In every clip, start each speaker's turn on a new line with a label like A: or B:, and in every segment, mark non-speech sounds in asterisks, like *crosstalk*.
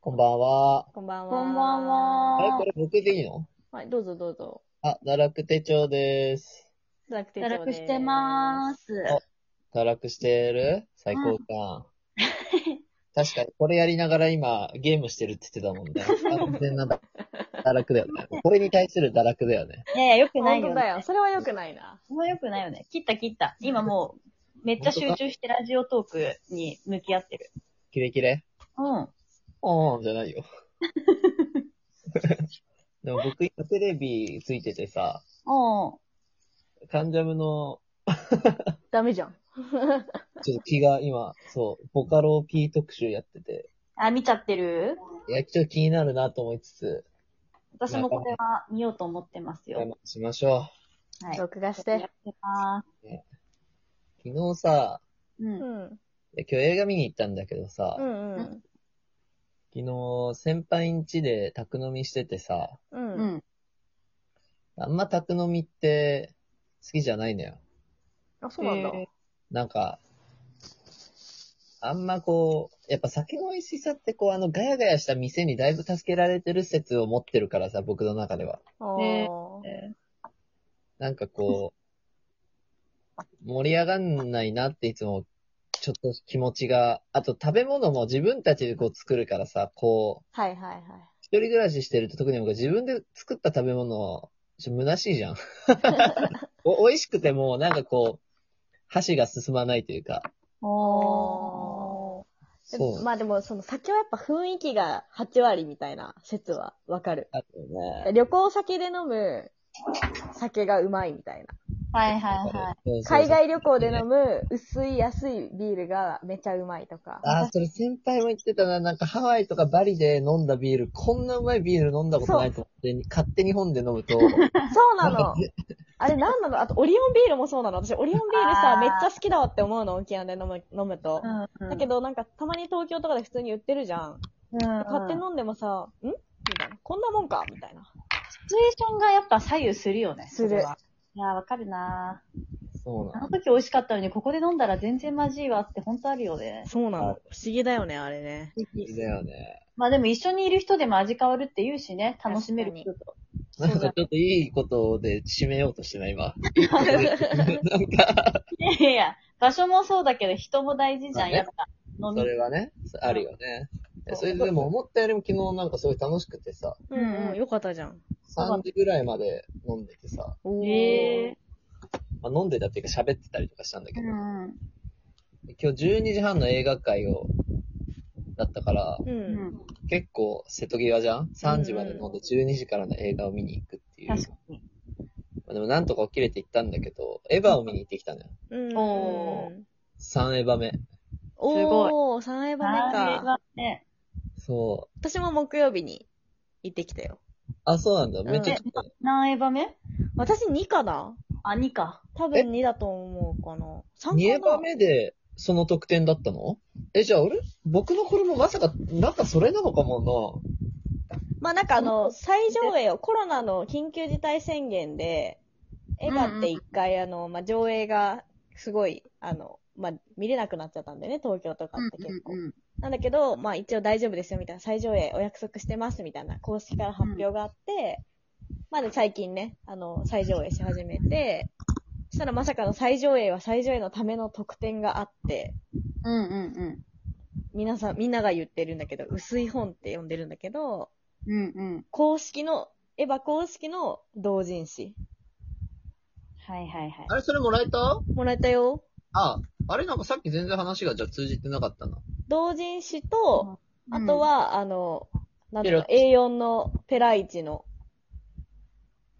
A: こんばんは。
B: こんばんは。
C: こんばん
A: あれこ
C: は。
A: れ僕でいいの
B: はい、どうぞどうぞ。
A: あ、堕落手帳です。
B: 堕落手
C: 堕
B: 帳
C: 落
B: です。
C: してまーす。
A: 堕落してる最高か。確かに、これやりながら今、ゲームしてるって言ってたもんね。完全な堕落だよね。これに対する堕落だよね。
C: いやいや、よくな
B: 本
C: い
B: 当
C: よ、
B: だ
C: ね。
B: よ。それは良くないな。
C: もうよくないよね。切った切った。今もう、めっちゃ集中してラジオトークに向き合ってる。
A: キレキレ
C: うん。
A: おーんじゃないよ。でも僕今テレビついててさ、
C: も
A: カンジャムの、
B: ダメじゃん。
A: ちょっと気が今、そう、ボカロ P 特集やってて、
C: う、あ、見ちゃってる
A: いや、ちょっと気になるなと思いつつ、
C: 私もこれは見ようと思ってます
A: 我慢
C: よ。
A: しましょ
C: はい。
B: 録画し。
C: やっててま
A: う。昨日さ、
C: す。う。
B: うんん。うん
A: いや今日映画見に行ったんだけどさ、
B: うん。
A: 昨日先輩ん家で宅飲みしててさ、
B: う。
C: うんん。
A: あんま宅飲みって好きじゃないのよ。
B: あ、そうなんだ。
C: へ
A: なんか、あんまこう、やっぱ酒の美味しさってこう、あのガヤガヤした店にだいぶ助けられてる説を持ってるからさ、僕の中では。
B: あ
C: へ
B: ー
A: なんかこう、盛り上がんないなっていつも、ちょっと気持ちが、あと食べ物も自分たちでこう作るからさ、こう、
B: はいはいはい。
A: 一人暮らししてると特に僕は自分で作った食べ物、ちょ虚しいじゃん。お美味しくても、なんかこう、箸が進まないというか。
C: おー。
B: で
A: そう。
B: まあでも、その先はやっぱ雰囲気が8割みたいな説はわかる。
A: あとね。
B: 旅行先で飲む酒がうまいみたいな。
C: はいはいは
A: そ
C: い。
A: うそうそう
B: 海外旅行で飲む薄い安いビールがめちゃうまいとか。
A: ああ、それ先輩も言ってたな。なんかハワイとかバリで飲んだビール、こんなうまいビール飲んだことないと思って、勝手に日本で飲むと、
B: そうな
A: なん
B: の
A: か。
B: あれなんなのあと、オリオンビールもそうなの。私、オリオンビールさ、
C: あー
B: めっちゃ好きだわって思うの、沖縄で飲む飲むと。
C: うん。
B: だけど、なんか、たまに東京とかで普通に売ってるじゃん。
C: うん、
B: 買って
C: シ
B: 飲んでもさ、んみたいな。こんなもんかみたいな。
C: チュエーションがやっぱ左右するよね。
B: する
C: それは。いやー、わかるなー
A: そう
C: あ
A: な
C: の時美味しかったのに、ここで飲んだら全然まじいわって本当あるよね。
B: そうな
A: の
B: 思議だよね、あれね。
A: んだよね。
C: まあでも一緒にいる人でも味変わるって言うしね、楽しめる人と。
A: なんかちょっといいことで締めようとしてない、今。なんか、
C: いやいやいや、場所もそうだけど人も大事じ
A: ま
C: ゃ
A: あ
C: ん、
A: ね
C: やっぱ。飲
A: そ
C: み。
A: れはね、あるよね。いやそれででも思ったよりも昨日なんかすごい楽しくてさ、
B: う
C: うんん
B: う、
C: うんん
B: よかったじゃん。
A: 3時ぐらいまで飲んでてさ、
B: お
C: へえ
A: まあ、飲んでたっていうか喋ってたりとかしたんだけ
C: う
A: ど、
C: んうん。
A: 今日12時半の映画会を、だったから、
B: う。
C: うんん。
A: 結構瀬戸際じゃん ?3 時まで飲んで12時からの映画を見に行くっていう。
C: 確かに。
A: まあでもなんとか起きれて行ったんだけど、エヴァを見に行ってきたのよ。
B: うん。
C: お
B: ー。
A: 3エヴァ目。
C: すごい
B: おー、三重バネ
C: あれ
B: か。
C: はね、
A: そう。
B: 私も木曜日に行ってきたよ。
A: あ、そうなんだ。めっちゃ
B: うん
A: 来たね、
C: 何エヴァ目
B: 私2かな
C: あ、2か。
B: 多分2だと思うかな。
A: 2
B: 3
A: エ
B: かな
A: ヴァ目で、その得点だったのえ、じゃあ俺僕のこれもまさか、なんかそれなのかも
B: まあなんかあの、最上映を、コロナの緊急事態宣言で、エヴァって一回あの、まあ上映がすごい、あの、まあ見れなくなっちゃったんでね、東京とかって結構。
C: うんうんうん。
B: なんだけど、まあ一応大丈夫ですよみたいな、最上映お約束してますみたいな公式から発表があって、まあで最近ね、あの、最上映し始めて、そしたらまさかの最上映は最上映のための特典があって、
C: うんうん
B: 皆さん、みんなが言ってるんだけど、薄い本って呼んでるんだけど、
C: うん。うんうん。
B: 公式の、エヴァ公式の同人誌。
C: はいはいはい
A: な。。あれ、それもらえた
B: もらえたよ。
A: あ、あれなんかさっき全然話がじゃあ通じてなかったな。
B: 同人誌と、あとは、あの、なんだろう、
A: ペ
B: A4 のペライチの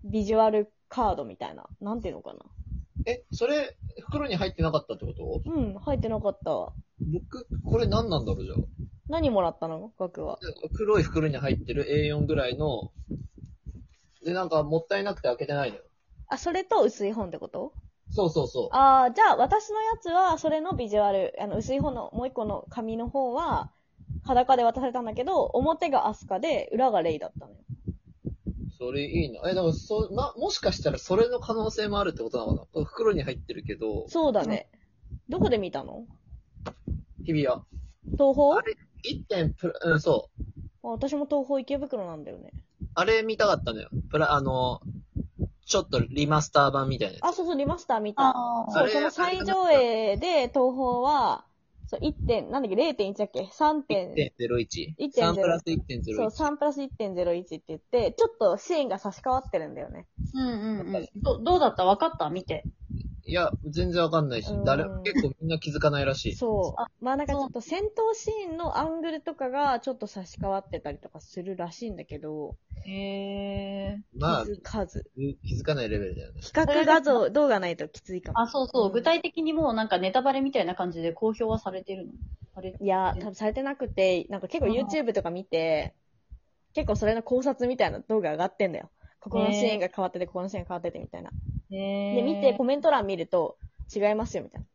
B: ビジュアルカードみたいな。なんていうのかな。
A: え、それ、袋に入ってなかったってこと
B: うん、入ってなかったわ。
A: 僕、これ何なんだろうじゃあ。
B: 何もらったの額は。
A: 黒い袋に入ってる A4 ぐらいの、で、なんかもったいなくて開けてないのよ。
B: あ、それと薄い本ってこと
A: そうそうそ
B: ああ、じゃあ私のやつは、それのビジュアル、あの、薄い方の、もう一個の紙の方は、裸で渡されたんだけど、表がアスカで、裏がレイだったのよ。
A: う。それいいな。え、だからそ、ま、もしかしたらそれの可能性もあるってことなのかな袋に入ってるけど、
B: そうだね。どこで見たの
A: 日々は。
B: 東宝
A: あれ、1点プラ、うん、そ
B: あ私も東宝池袋なんだよね。
A: あれ見たかったのよ。プラ、あの、ちょっとリマスター版みたいなやつ。
B: あ、そうそう、リマスター見た。
C: あ
A: あ
B: そう、
A: れ
B: その最上映で東宝は、そう、1点、なんだっけ、0.1だっけ ?3 点。
A: 1.01。
B: 1.01
A: 3プラス
B: そう、
A: 1.01。
B: 3プラス1.01って言って、ちょっとシーンが差し替わってるんだよね。
C: うんうんうん。どどうだった分かった見て。
A: いや、全然わかんないし
B: うん、
A: 誰、結構みんな気づかないらしい。
B: そう。まあなんかちょっと戦闘シーンのアングルとかがちょっと差し替わってたりとかするらしいんだけど、
C: へー。
B: 気
A: まあ、
B: づかず。
A: 気づかないレベルだよね。
B: 比較画像、動画ないときついかも。
C: あ、そうそうう。
B: ん
C: 具体的にもうなんかネタバレみたいな感じで公表はされてるのあれ
B: いや、多分されてなくて、なんか結構 YouTube とか見て、結構それの考察みたいな動画上がってんだよ。ここのシーンが変わってて、ここのシーンが変わっててみたいな。
C: で
B: で、見て、コメント欄見ると、違いますよ、みたいな。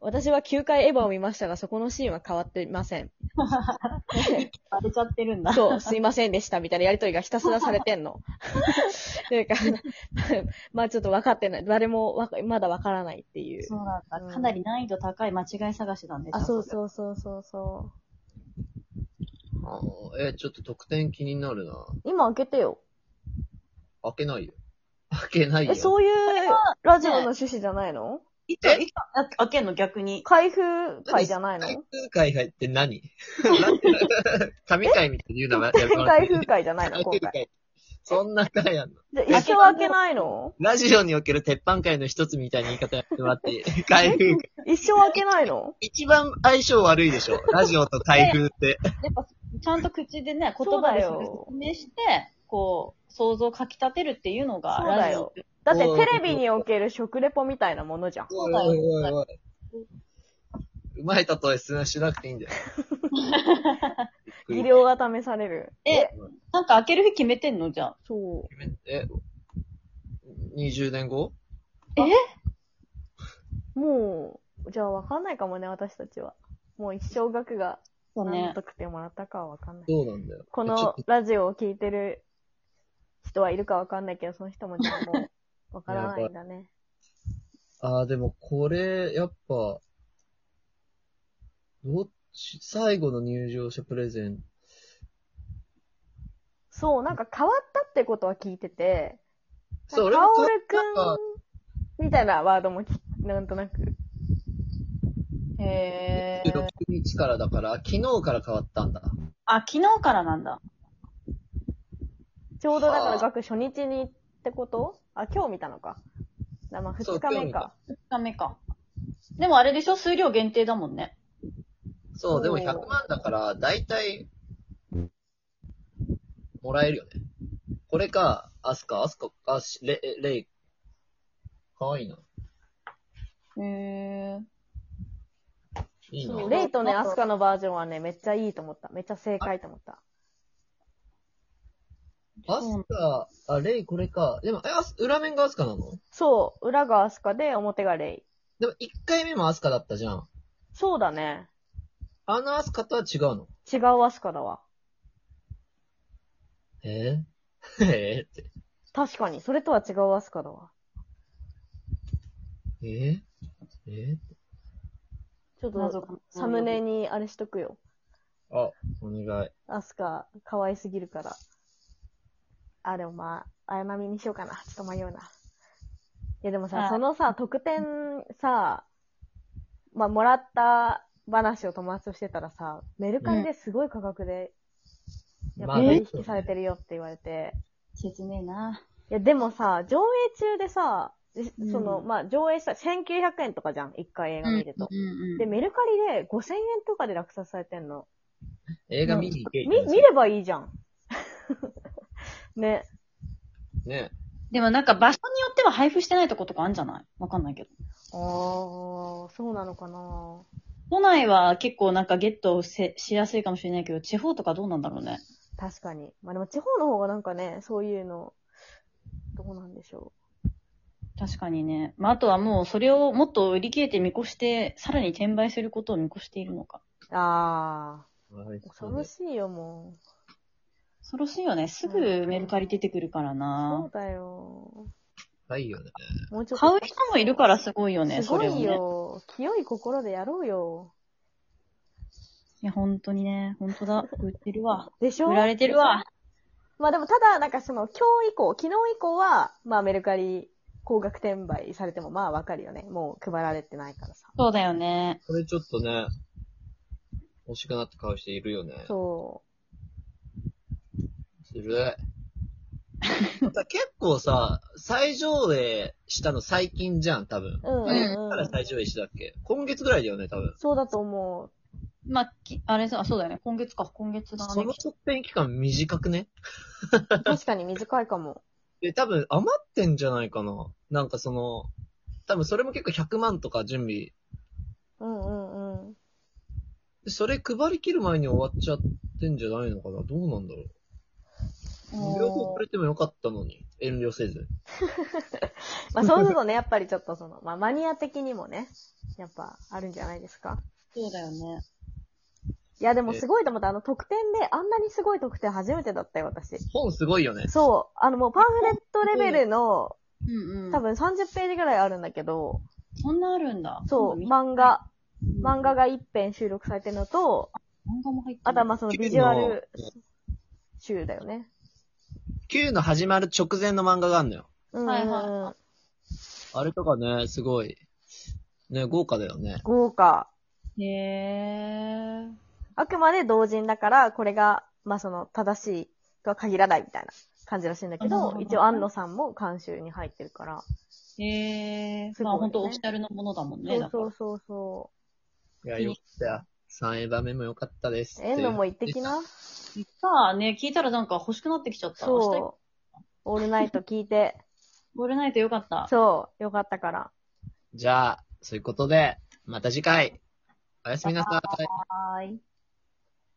B: 私は9回エヴァを見ましたが、そこのシーンは変わっていま *laughs* せん。
C: バレちゃってるんだ。
B: そう、すいませんでした、みたいなやりとりがひたすらされてん *laughs* の。というか、まあちょっと分かってない。誰もわかまだ分からないっていう。
C: そうなん
B: うん
C: だ。かなり難易度高い間違い探しなんで
B: あ、そう
C: う。
B: そうそうそうそ
A: あーえー、ちょっと得点気になるな。
B: う。今開けてよ。
A: 開けないよ。開けないよ。
B: え、そういうラジオの趣旨じゃないの
C: いつ、いつあ開けんの逆に。
B: 開封会じゃないの
A: 開封会入って何なんて神会みたいに言うのはやめろ
B: 開封会じゃないの
A: 開
B: 今
A: 封
B: 回。
A: 会。そんな会やんの。
B: じゃあ一生開けないの
A: ラジオにおける鉄板会の一つみたいな言い方やってもらっていい、開封会。
B: 一生開けないの
A: 一番相性悪いでしょ。ラジオと開封って。
C: やっぱ、ちゃんと口でね、
B: *laughs* そ
C: 言
B: うだ
C: 葉で
B: よ
C: 説明して、こう、想像をかき立てるっていうのが、
B: そうだよだってテレビにおける食レポみたいなものじゃん。
A: おいおいおいおい。うまい例えすなしなくていいんだよ。
B: 技量が試される。
C: ラジオって。え、なんか開ける日決めてんのじゃあ。
B: そう。
A: え、20年後
B: もう、じゃあ分かんないかもね、私たちは。もう一生額が
C: そう
B: 何
C: ね
B: の。得点もらったかは分かんない。
A: そうなんだよ。ち
B: こ
A: ょ
B: の
A: っと
B: ラジオを聞いてる人はいるか分かんないけど、その人もじゃあもう分からない
A: *laughs*
B: んだね。
A: ああ、でもこれ、やっぱ、どっち、最後の入場者プレゼン。
B: そう、なんか変わったってことは聞いてて、
A: そう、俺
B: カ
A: も
B: オ
A: こ
B: ルく
A: なんか
B: んみたいなワードもきなんとなく。
C: へー
A: 26。日からだから、昨日から変わったんだ。
C: あ、昨日からなんだ。
B: ちょうどだか
A: は
B: ら
A: あ
B: 学初日にってことあ、今日見たのか。だまあ
A: そう
B: 2日目か。
C: 2日目か。でもあれでしょ数量限定だもんね。
A: そう、でも
B: おー
A: 100万だから、だいたい、もらえるよね。これか、アスカ、アスカ、あ、しレ、レイ。かわいいな。
C: へえ。
A: いいな
C: そ。う
B: レイとね、
C: あ
B: ア
C: と
B: スカのバージョンはね、めっちゃいいと思った。めっちゃ正解と思った。
A: アスカ、あ、レイこれか。でも、え、アス裏面がアスカなの
B: そう、裏がアスカで表がレイ。
A: でも、1回目もアスカだったじゃん。
B: そうだね。
A: あのアスカとは違うの
B: 違うアスカだわ。
A: え *laughs* ー、えーって。
B: 確かに、それとは違うアスカだわ。
A: えー、えー、
B: ちょっ
C: 謎
B: と、
C: か
B: サムネにあれしとくよ。
A: あ、お願い。
B: アスカ、可愛すぎるから。あ、でもまあ、綾波にしようかな。ちょっと迷うな。いやでも
C: は
B: さ、
C: い
B: そのさ、特典さ、まあ、もらった話を友達としてたらさ、メルカリですごい価格で、やっ
A: ま
B: ぱ
A: あ
B: 取
A: ね
B: 引されてるよって言われて。
C: 切ねえな。
B: いや、でもさ、上映中でさ、じ
C: うん
B: その、まあ、上映した1900円とかじゃん。一回映画見ると。
C: うん
B: で、メルカリで5000円とかで落札されてんの。
A: 映画見に行け。
B: み、見ればいいじゃん。 *laughs* ね。
A: ね。
C: でもなんか場所によっては配布してないとことかあるんじゃないわかんないけど。
B: ああ、そうなのかな。
C: 都内は結構なんかゲットせしやすいかもしれないけど、地方とかどうなんだろうね。
B: 確かに。まあでも地方の方がなんかね、そういうの、どうなんでしょ
C: 確かにね。まあ、あとはもうそれをもっと売り切れて見越して、さらに転売することを見越しているのか。
B: う。あ
A: はい
B: あ、恐ろしいよ、もう。
C: 恐ろしいよね。すぐメルカリ出てくるから
B: そ
C: な
B: う。だよ。
A: はいよね。
B: もうちょっと。
C: 買う人もいるからすごいよね、
B: すご
C: それを
B: い
C: ね。
B: よ。清い心でやろうよ。
C: いや、本当にね、本当だ。売ってるわ。
B: でしょ
C: 売られてるわ。
B: まあでもただ、なんかその今日以降、昨日以降は、まあメルカリ高額転売されてもまあわかるよね。もう配られてないからさ。
C: そうだよね。
A: これちょっとね、欲しくなって買う人いるよね。
B: そ
A: ずるい。だ結構さ、再上映したの最近じゃん、多分。
B: う。うんう
A: あれ、いつ
B: んう
A: から
B: ん。
A: 再上映したっけ今月ぐらいだよね、多分。
B: そうだと思う。
C: まあ、きあれさ、あそうだよね。今月か、今月だ
A: そ
C: ね
A: の。特典期間短くね
B: 確かに短いかも。
A: で、多分余ってんじゃないかな。なんかその、多分それも結構100万とか準備。
B: うんうんうん。
A: でそれ配り切る前に終わっちゃってんじゃないのかなどうなんだろう。無料で
C: お
A: くれてもよかったのに、遠慮せず。
B: まあそうするとね、やっぱりちょっとその、まあマニア的にもね、やっぱあるんじゃないですか。
C: そうだよね。
B: いやでもすごいと思った。あの特典で、あんなにすごい特典初めてだったよ、私。
A: 本すごいよね。
B: そう。あのもうパンフレットレベルの、
C: うんうん。
B: 多分30ページぐらいあるんだけど、
C: そんなあるんだ。
B: そう、
C: 今
B: 漫画、
C: 度見
B: 漫画。が一編収録されてるのと、
C: 漫画も入ってる
B: あとはまあそのビジュアル集だよね。
A: Q の始まる直前の漫画があるのよ。
B: うんうんうん。
C: はいは
A: あれとかね、すごい。ね、豪華だよね。
B: 豪華。
C: へえ。
B: あくまで同人だから、これが、まあその、正しいとは限らないみたいな感じらしいんだけ
C: う
B: ど、
C: ん
B: 一応安野さんも監修に入ってるから。
C: へえ。
B: すごい
C: ま
B: ね
C: あ本当オフィシャルのものだもん
B: そ
C: ね。
B: うそ
C: だ
B: うそうそ
A: いや、よかったよ。3エヴァ目もよかったです。
B: う。遠野も行ってきな。
C: からさあね、聞いたらなんか欲しくなってきちゃった。う。 *laughs*
B: そう。オールナイト聞いて、
C: ボールないとよかった。
B: そう、よかったから。
A: じゃあ、そういうことで、また次回、おやすみなさい。
C: はーい。